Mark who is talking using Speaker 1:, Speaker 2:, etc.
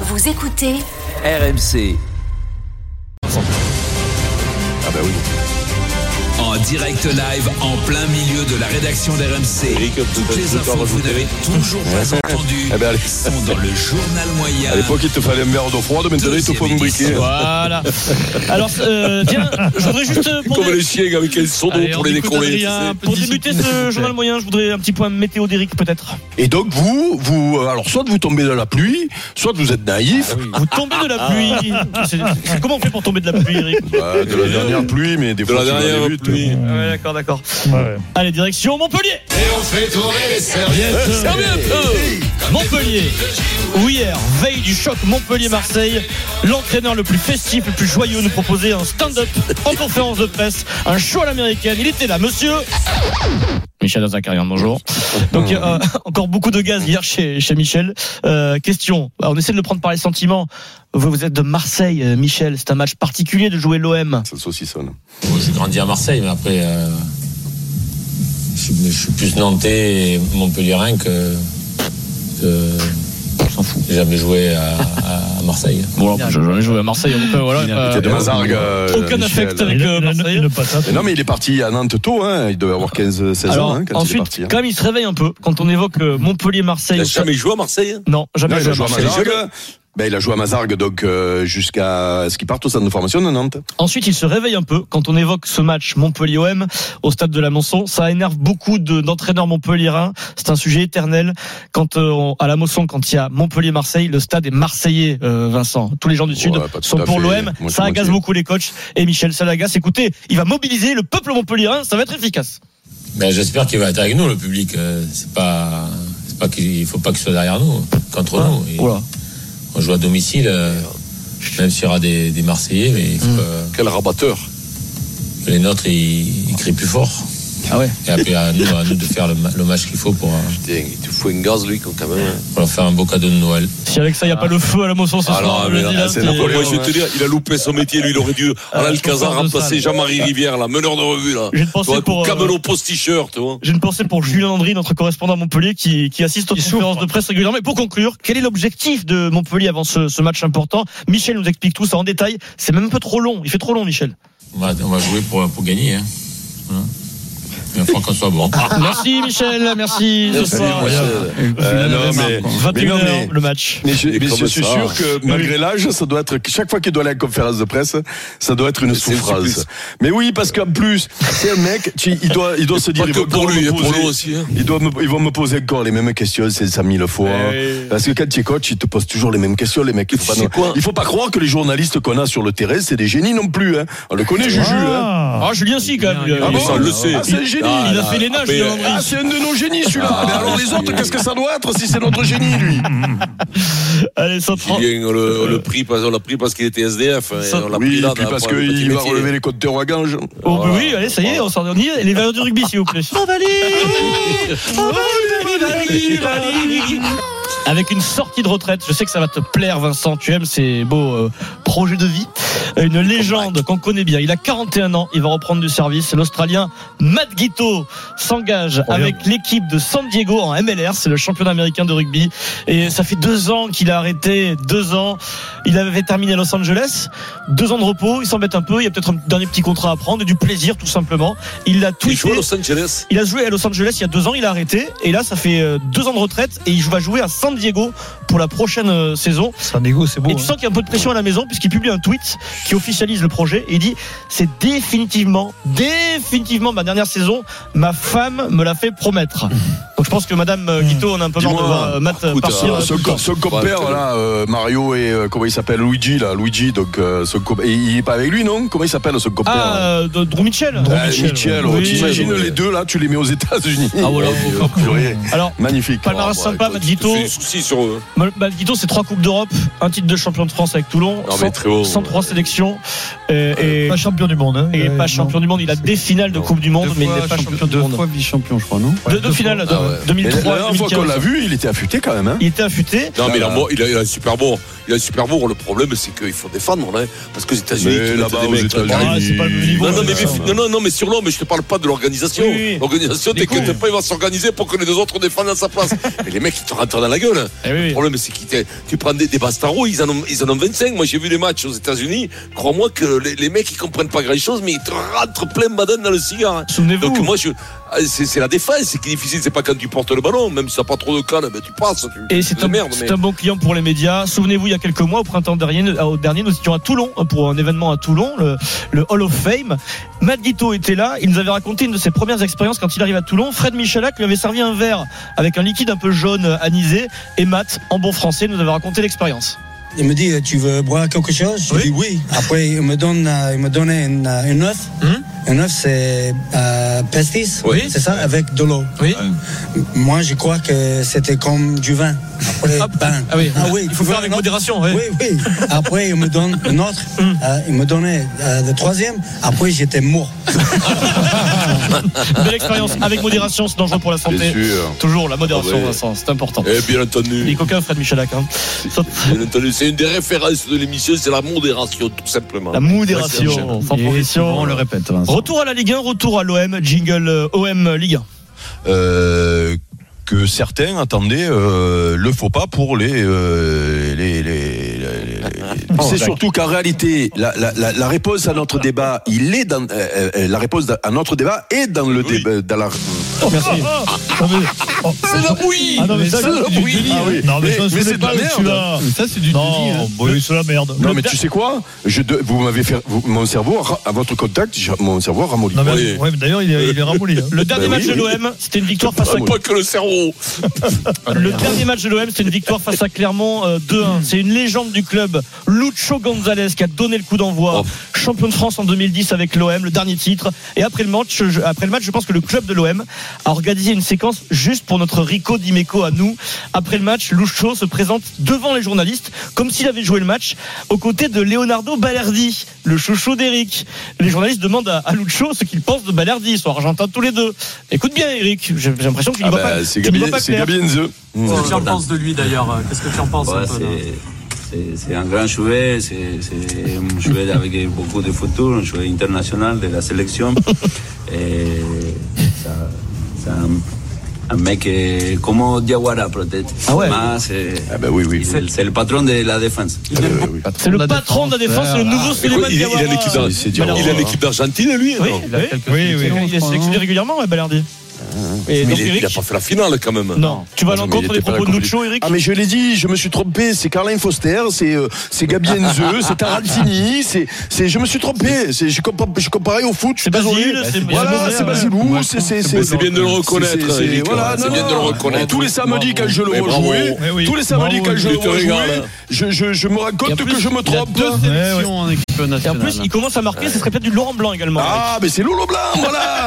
Speaker 1: Vous écoutez
Speaker 2: RMC.
Speaker 3: Ah bah oui.
Speaker 2: En direct live, en plein milieu de la rédaction d'RMC.
Speaker 3: Hélicoptère,
Speaker 2: Toutes les
Speaker 3: tout
Speaker 2: infos
Speaker 3: en
Speaker 2: que vous
Speaker 3: rajouté.
Speaker 2: n'avez toujours pas entendues
Speaker 3: Eh ben, allez.
Speaker 2: sont dans le journal moyen.
Speaker 3: À l'époque, il te fallait un verre d'eau froide, maintenant il te faut un briquet.
Speaker 4: Voilà. Alors, euh, tiens, je voudrais juste. euh, pour
Speaker 3: Comme
Speaker 4: dé-
Speaker 3: les chiens avec les son d'eau
Speaker 5: Allez,
Speaker 3: pour
Speaker 5: on
Speaker 3: les
Speaker 5: écoute
Speaker 3: décoller.
Speaker 5: Adrien.
Speaker 3: tu
Speaker 4: pour débuter ce journal moyen, je voudrais un petit point météo d'Eric peut-être.
Speaker 3: sais. Et donc, vous, vous, euh, alors, soit vous tombez dans la pluie, soit vous êtes naïf.
Speaker 4: Vous tombez de la pluie. C'est- c'est- Comment on fait pour tomber de la pluie, Eric
Speaker 3: Bah, de la dernière pluie, mais des fois, tu
Speaker 5: dernière
Speaker 3: dans les buts.
Speaker 4: Ouais, d'accord, d'accord. Allez, direction Montpellier. Et on fait tourner les serviettes. Montpellier. Où hier, veille du choc Montpellier-Marseille, l'entraîneur le plus festif, le plus joyeux nous proposait un stand-up en conférence de presse, un show à l'américaine. Il était là, monsieur. Michel Zakarian, bonjour. Donc euh, encore beaucoup de gaz hier chez, chez Michel. Euh, question, Alors, on essaie de le prendre par les sentiments. Vous, vous êtes de Marseille, euh, Michel. C'est un match particulier de jouer l'OM.
Speaker 3: Ça saucissonne.
Speaker 6: Bon, J'ai grandi à Marseille, mais après, euh, je, suis, je suis plus nantais et montpelliérain que. que
Speaker 4: s'en fout.
Speaker 6: J'ai jamais joué à, à- à Marseille.
Speaker 4: Bon, alors, je- j'en ai joué à Marseille, donc euh, voilà.
Speaker 3: Il y
Speaker 4: euh,
Speaker 3: a de Mazargues. euh,
Speaker 4: aucun
Speaker 3: Michel.
Speaker 4: affect avec euh, Marseille.
Speaker 3: Mais non, mais il est parti à Nantes tôt, hein. il devait avoir 15-16 ans
Speaker 4: Alors,
Speaker 3: hein, quand il est
Speaker 4: ensuite,
Speaker 3: parti. hein.
Speaker 4: quand même, il se réveille un peu quand on évoque euh, Montpellier-Marseille.
Speaker 5: joué à Marseille. hein
Speaker 4: Non, jamais.
Speaker 3: Non, il a joué
Speaker 4: joué
Speaker 3: à
Speaker 4: à Marseille.
Speaker 3: Mazargues. Ben, il a joué à Mazargues donc euh, jusqu'à ce qu'il parte au centre de formation de Nantes.
Speaker 4: Ensuite, il se réveille un peu quand on évoque ce match Montpellier-OM au stade de la Monson. Ça énerve beaucoup de- d'entraîneurs montpelliérains. C'est un sujet éternel. Quand euh, on- à la Monson, quand il y a Montpellier-Marseille, le stade est marseillais, euh, Vincent. Tous les gens du Sud
Speaker 3: Ouais, pas tout
Speaker 4: sont
Speaker 3: à
Speaker 4: pour
Speaker 3: fait.
Speaker 4: l'OM.
Speaker 3: Moitié,
Speaker 4: Ça agace
Speaker 3: moitié.
Speaker 4: beaucoup les coachs. Et Michel, ça l'agace. Écoutez, il va mobiliser le peuple montpelliérain. Ça va être efficace.
Speaker 6: Mais Ben, j'espère qu'il va être avec nous, le public. euh, C'est pas. C'est pas qu'il faut pas qu'il soit derrière nous, contre
Speaker 4: Ah.
Speaker 6: nous. Et
Speaker 4: Voilà.
Speaker 6: On joue à domicile, euh, même s'il y aura des, des Marseillais, mais il faut que-
Speaker 4: Hmm.
Speaker 3: Quel rabatteur
Speaker 6: que les nôtres ils, ils crient plus fort.
Speaker 4: Ah ouais.
Speaker 6: Et après, à nous, à nous de faire le, ma- le match qu'il faut pour, euh,
Speaker 5: Putain, il te fout une gaz, lui, quand même.
Speaker 6: pour leur faire un beau cadeau de Noël.
Speaker 4: Si avec ça, il n'y a pas le feu à la Mosson ce
Speaker 5: Ah
Speaker 4: soir,
Speaker 5: non,
Speaker 4: je
Speaker 5: mais
Speaker 4: le
Speaker 5: là,
Speaker 4: dis là,
Speaker 3: c'est
Speaker 4: c'est-
Speaker 3: n'importe
Speaker 5: moi, je vais te dire, il a loupé son métier, lui, il aurait dû à
Speaker 4: Ah,
Speaker 5: l'Alcazar
Speaker 4: chauffeur de
Speaker 5: remplacer
Speaker 4: salle.
Speaker 5: Jean-Marie Rivière, là, meneur de revue, là.
Speaker 4: J'ai une pensée
Speaker 5: Toi,
Speaker 4: pour, euh,
Speaker 5: Camelot post-t-shirt, tu vois.
Speaker 4: J'ai une pensée pour Julien Andry, notre correspondant à Montpellier, qui, qui assiste aux conférences de presse régulièrement. Mais pour conclure, quel est l'objectif de Montpellier avant ce, ce match important Michel nous explique tout ça en détail. C'est même un peu trop long. Il fait trop long, Michel.
Speaker 6: On va, on va jouer pour, pour gagner. Hein. Voilà. Il va falloir qu'on soit bon.
Speaker 4: Merci, Michel. Merci. ce soir.
Speaker 3: Euh, non, mais- mais
Speaker 4: 21
Speaker 3: non, mais-
Speaker 4: h le match.
Speaker 3: Mais je, mais je
Speaker 5: comme
Speaker 3: suis
Speaker 5: ça.
Speaker 3: sûr que malgré l'âge, ça doit être chaque fois qu'il doit aller à une conférence de presse, ça doit être une
Speaker 5: C'est le supplice.
Speaker 3: souffrance. Mais oui, parce qu'en plus, c'est un mec, tu- il doit, il doit se dire,
Speaker 5: Pas
Speaker 3: il
Speaker 5: que
Speaker 3: va
Speaker 5: pour
Speaker 3: encore
Speaker 5: lui,
Speaker 3: me
Speaker 5: et pour
Speaker 3: poser-
Speaker 5: nous aussi. hein.
Speaker 3: ils, doivent me- ils vont me poser encore les mêmes questions, c'est 5000 fois. Parce que quand tu es coach, ils te posent toujours les mêmes questions, les mecs. Il faut,
Speaker 5: Tu
Speaker 3: pas,
Speaker 5: sais quoi
Speaker 3: il faut pas croire que les journalistes qu'on a sur le terrain, c'est des génies non plus. Hein. On le connaît, Juju. hein.
Speaker 4: Ah, Julien, si, quand même.
Speaker 5: Ah
Speaker 4: Il-
Speaker 5: bon ça, on le
Speaker 3: Ah,
Speaker 5: sait.
Speaker 3: c'est un génie,
Speaker 5: Ah,
Speaker 4: il a
Speaker 5: là,
Speaker 4: fait les nages,
Speaker 5: après,
Speaker 4: Julien Andry.
Speaker 3: Ah, c'est un de nos génies, celui-là.
Speaker 5: Ah,
Speaker 3: mais alors les
Speaker 5: c'est-
Speaker 3: autres, qu'est-ce que ça doit être si c'est notre génie, lui
Speaker 4: Allez,
Speaker 3: Ah.
Speaker 4: 130.
Speaker 5: Julien, on le, on le pris, parce- on l'a pris parce qu'il était SDF. hein, et
Speaker 4: Ça-
Speaker 5: on l'a pris
Speaker 3: Euh, Oui,
Speaker 5: là,
Speaker 3: et puis
Speaker 5: dans-
Speaker 3: parce
Speaker 5: pour le petit
Speaker 3: qu'il va
Speaker 5: métier.
Speaker 3: relever les compteurs à Gange.
Speaker 4: Oh, bah oui, allez, ça y est, on s'en est. Les valeurs du rugby, s'il vous plaît. Avec une sortie de retraite, je sais que ça va te plaire, Vincent. Tu aimes ces beaux euh, projets de vie. Une légende qu'on connaît bien. Il a 41 ans, il va reprendre du service. L'Australien Matt Guito s'engage avec l'équipe de San Diego en MLR. C'est le championnat américain de rugby. Et ça fait deux ans qu'il a arrêté. Deux ans. Il avait terminé à Los Angeles. Deux ans de repos. Il s'embête un peu. Il y a peut-être un dernier petit contrat à prendre et du plaisir, tout simplement. Il l'a
Speaker 5: Il joue à
Speaker 4: tweeté.
Speaker 5: Los Angeles.
Speaker 4: Il a joué à Los Angeles il y a deux ans, il a arrêté. Et là, ça fait euh, deux ans de retraite et il va jouer à San Diego pour la prochaine euh, saison.
Speaker 7: San Diego, c'est beau.
Speaker 4: et tu
Speaker 7: hein.
Speaker 4: sens qu'il y a un peu de pression à la maison puisqu'il publie un tweet qui officialise le projet et il dit C'est définitivement, définitivement ma dernière saison. Ma femme me l'a fait promettre. Donc je pense que Madame
Speaker 7: Mm.
Speaker 4: euh, Guito, on a un peu marre de
Speaker 3: Dis-moi,
Speaker 4: voir euh, Matt euh,
Speaker 5: écoute,
Speaker 4: partir.
Speaker 5: euh,
Speaker 4: euh,
Speaker 3: Son,
Speaker 4: tout le
Speaker 3: co-
Speaker 4: temps.
Speaker 3: son compère là, euh, Mario et euh, comment il s'appelle Luigi là, Luigi donc euh, son com- et il est pas avec lui non Comment il s'appelle son compère
Speaker 4: Ah,
Speaker 3: là
Speaker 4: euh, de- Drew Mitchell.
Speaker 3: Euh, Michel,
Speaker 4: oui.
Speaker 3: t'imagines les deux là, tu les mets aux États-Unis.
Speaker 4: Ah, voilà.
Speaker 3: Et, euh, purée,
Speaker 4: Alors,
Speaker 3: magnifique.
Speaker 4: Palmarès
Speaker 5: Ah, bah,
Speaker 4: sympa,
Speaker 5: écoute,
Speaker 4: Matt Guito.
Speaker 5: c'est des soucis sur eux. hein.
Speaker 4: Mal- Malguito, c'est trois Coupes d'Europe, un titre de champion de France avec Toulon,
Speaker 5: Non, mais très haut.
Speaker 4: 103 sélections. euh, et,
Speaker 7: Pas champion du monde. Hein.
Speaker 4: et il n'est pas
Speaker 7: Euh,
Speaker 4: champion du monde. Il a des finales de Coupe du Monde, mais il n'est pas champion du
Speaker 8: deux
Speaker 4: monde.
Speaker 8: fois vice-champion, je crois, non
Speaker 4: Deux, deux finales,
Speaker 5: Ah ouais.
Speaker 3: Et la
Speaker 4: 2003
Speaker 3: dernière fois qu'on
Speaker 4: 2015.
Speaker 3: l'a vu, il était affûté quand même. Hein.
Speaker 4: Il était affûté.
Speaker 5: Non, mais il a, il a- il a un super bon. Il a un super bourg. Le problème, c'est qu'il faut défendre, là. Parce que les États-Unis,
Speaker 3: Mais
Speaker 5: Ah, tu
Speaker 3: là-bas,
Speaker 5: mets des
Speaker 3: aux
Speaker 5: mecs, là,
Speaker 3: États-Unis,
Speaker 5: t'arrives.
Speaker 4: Ah, c'est pas le même niveau,
Speaker 5: Non, non, mais,
Speaker 4: Ouais,
Speaker 5: mais-
Speaker 4: ouais.
Speaker 5: non, non, non, mais sur l'homme, mais je te parle pas de l'organisation.
Speaker 4: Oui, oui.
Speaker 5: L'organisation,
Speaker 4: Des
Speaker 5: dès que
Speaker 4: coups.
Speaker 5: t'es pas, il va s'organiser pour que les deux autres défendent à sa place. mais les mecs, ils te rentrent dans la gueule.
Speaker 4: Eh oui, oui.
Speaker 5: Le problème, c'est que t'es- tu prends des, des bastards, ils en, ont, ils en ont 25. Moi, j'ai vu les matchs aux États-Unis. Crois-moi que les, les mecs, ils comprennent pas grand-chose, mais ils te rentrent plein badane dans le cigare. hein.
Speaker 4: Souvenez-vous.
Speaker 5: Donc, moi, je, ah, c'est c'est la défense qui est difficile. C'est pas quand tu portes le ballon, même si t'as pas trop de canne, ben, tu passes. tu-
Speaker 4: Et
Speaker 5: de
Speaker 4: c'est un,
Speaker 5: merde,
Speaker 4: c'est
Speaker 5: mais-
Speaker 4: un bon client pour les médias. Souvenez-vous, il y a quelques mois, au printemps dernier, euh, au dernier, nous étions à Toulon euh, pour un événement à Toulon, le, le Hall of Fame. Matt Guito était là. Il nous avait raconté une de ses premières expériences quand il arrive à Toulon. Fred Michalak lui avait servi un verre avec un liquide un peu jaune euh, anisé. Et Matt, en bon français, nous avait raconté l'expérience.
Speaker 1: Il me dit, euh, tu veux boire quelque chose Je
Speaker 4: Oui.
Speaker 1: dis oui. Après, il me donne, euh, il me donnait une, euh, une œuf.
Speaker 4: Hum.
Speaker 1: Une œuf, c'est euh, pastis.
Speaker 4: Oui.
Speaker 1: C'est ça, avec de l'eau.
Speaker 4: Oui.
Speaker 1: M- Moi, je crois que c'était comme du vin. Après,
Speaker 4: Ah,
Speaker 1: ben,
Speaker 4: ah oui.
Speaker 1: tu veux un autre
Speaker 4: modération. Hmm.
Speaker 1: Oui, oui. Après, il me donne une autre. Euh, il me donnait euh, le troisième. Après, j'étais mort.
Speaker 4: Belle expérience avec modération, c'est dangereux pour la
Speaker 3: Bien
Speaker 4: santé.
Speaker 3: sûr.
Speaker 4: Toujours la modération,
Speaker 5: Ah ouais.
Speaker 4: Vincent, c'est important.
Speaker 5: Eh, bien
Speaker 4: Il est
Speaker 5: entendu.
Speaker 4: coquin, Fred Michalak. hein.
Speaker 5: Bien entendu. C'est une des références de l'émission, c'est la modération, tout simplement.
Speaker 4: La modération, sans
Speaker 7: On
Speaker 4: provision.
Speaker 7: le répète. Vincent.
Speaker 4: Retour à la Ligue 1, retour à l'OM, jingle euh, OM Ligue 1.
Speaker 8: euh, que certains attendaient euh, le faux pas pour les. euh, les, les- les- les-
Speaker 4: Jacques.
Speaker 8: C'est
Speaker 3: C'est surtout qu'en réalité, la, la- la- la réponse à notre débat, il est dans euh, euh, euh, la réponse à notre débat est dans le
Speaker 5: Oui.
Speaker 3: débat, dans la
Speaker 4: Merci. Non, mais- oh,
Speaker 5: C'est la bouillie.
Speaker 7: Ah non, mais ça,
Speaker 5: C'est la
Speaker 7: c'est du
Speaker 5: bouillie.
Speaker 7: délire.
Speaker 3: Ah oui.
Speaker 7: Non, mais,
Speaker 3: Mais-
Speaker 7: je me
Speaker 3: mais
Speaker 7: souviens
Speaker 3: c'est de la
Speaker 7: pas de
Speaker 3: merde.
Speaker 7: celui-là. Ça, c'est du
Speaker 4: hein.
Speaker 6: Oh,
Speaker 7: Non, bon, oui, c'est la merde.
Speaker 4: Le
Speaker 3: Non mais
Speaker 4: da-
Speaker 3: tu sais quoi Je de- Vous m'avez fait vous- mon cerveau ra- à votre contact, j'ai- mon cerveau a ramolli.
Speaker 7: Non, mais
Speaker 5: Oui.
Speaker 7: ouais, mais d'ailleurs, il est, il est ramolli. hein.
Speaker 4: Le dernier
Speaker 3: oui,
Speaker 4: match de
Speaker 3: oui.
Speaker 4: l'OM, c'était une victoire face
Speaker 5: Pas
Speaker 4: à
Speaker 5: que le cerveau.
Speaker 3: Ah,
Speaker 4: le dernier match de l'OM, c'était une victoire face à Clermont euh, 2-1. C'est une légende du club, Lucho Gonzalez qui a donné le coup d'envoi,
Speaker 3: Oh.
Speaker 4: champion de France en 2010 avec l'OM, le dernier titre. Et après le match, je, après le match, je pense que le club de l'OM a organisé une séquence juste pour notre Rico Dimeco à nous. Après le match, Lucho se présente devant les journalistes comme s'il avait joué le match aux côtés de Leonardo Balerdi, le chouchou d'Eric. Les journalistes demandent à, à Lucho ce qu'il pense de Balerdi. Ils sont argentins tous les deux. Écoute bien, Eric, j'ai j'ai l'impression que tu ne
Speaker 3: Ah
Speaker 4: vois
Speaker 3: bah,
Speaker 4: pas.
Speaker 3: c'est
Speaker 4: tu ne vois
Speaker 3: Gabi-
Speaker 4: pas
Speaker 3: c'est
Speaker 4: clair.
Speaker 3: Gabi Enze.
Speaker 9: Qu'est-ce que tu en penses de lui d'ailleurs euh, Qu'est-ce que tu en penses
Speaker 10: Ouais,
Speaker 9: un peu, là
Speaker 10: c'est- c'est- c'est un grand joueur, c'est c'est un joueur avec beaucoup de futur, un joueur international de la sélection. Et ça- c'est un, un mec euh, comme Diawara peut-être.
Speaker 4: Ah ouais.
Speaker 10: Mais c'est
Speaker 3: Ah bah oui oui. ah bah
Speaker 10: c'est le- c'est le patron de la défense.
Speaker 4: C'est le patron de la défense, c'est le nouveau
Speaker 5: Mais
Speaker 4: Suleiman
Speaker 5: quoi, Ah il, est- il a
Speaker 4: Diawara.
Speaker 5: l'équipe d'Ar-
Speaker 3: C'est- c'est
Speaker 5: il a
Speaker 3: dur.
Speaker 5: l'équipe d'Argentine, lui.
Speaker 4: Oui,
Speaker 5: non
Speaker 4: oui, oui, oui. il est sélectionné régulièrement, ouais, Balardi. hein. Et
Speaker 5: Mais
Speaker 4: donc,
Speaker 5: il, est- il a
Speaker 4: Eric,
Speaker 5: pas fait la finale quand même.
Speaker 4: Ah, non, tu vas à
Speaker 3: Non, mais il
Speaker 4: l'encontre des
Speaker 3: était pas
Speaker 4: propos de
Speaker 3: là quand
Speaker 4: Lucho, Eric.
Speaker 3: Ah mais je l'ai dit, je me suis trompé, c'est Carlin Foster, c'est euh, c'est Gabi Enze, c'est Tarantini, c'est c'est je me suis trompé, c'est je compare je comparais au foot, je suis
Speaker 4: C'est
Speaker 3: désolé.
Speaker 4: Basile, c'est-
Speaker 3: Voilà,
Speaker 4: c'est
Speaker 3: c'est Basilou, c'est c'est
Speaker 5: Mais c'est bien de le reconnaître,
Speaker 3: c'est- c'est-
Speaker 5: Eric. hein.
Speaker 3: voilà,
Speaker 5: C'est
Speaker 3: non,
Speaker 5: bien de le
Speaker 3: non.
Speaker 5: reconnaître.
Speaker 3: Tous les samedis quand je le
Speaker 5: Mais bravo.
Speaker 3: rejouais,
Speaker 7: Eh oui.
Speaker 3: tous les samedis
Speaker 7: Bravo,
Speaker 3: quand je le
Speaker 5: tu te
Speaker 3: rejouais,
Speaker 5: régales.
Speaker 3: je je- je me rends
Speaker 4: Et en
Speaker 3: compte que
Speaker 4: plus,
Speaker 3: je me
Speaker 4: il y a
Speaker 3: trompe.
Speaker 4: deux
Speaker 7: Ouais, ouais.
Speaker 4: sélections.
Speaker 7: en équipe
Speaker 4: Et en plus, il commence à marquer, ce serait peut-être du Laurent Blanc également.
Speaker 3: Ah mais c'est Ah, Lolo Blanc, voilà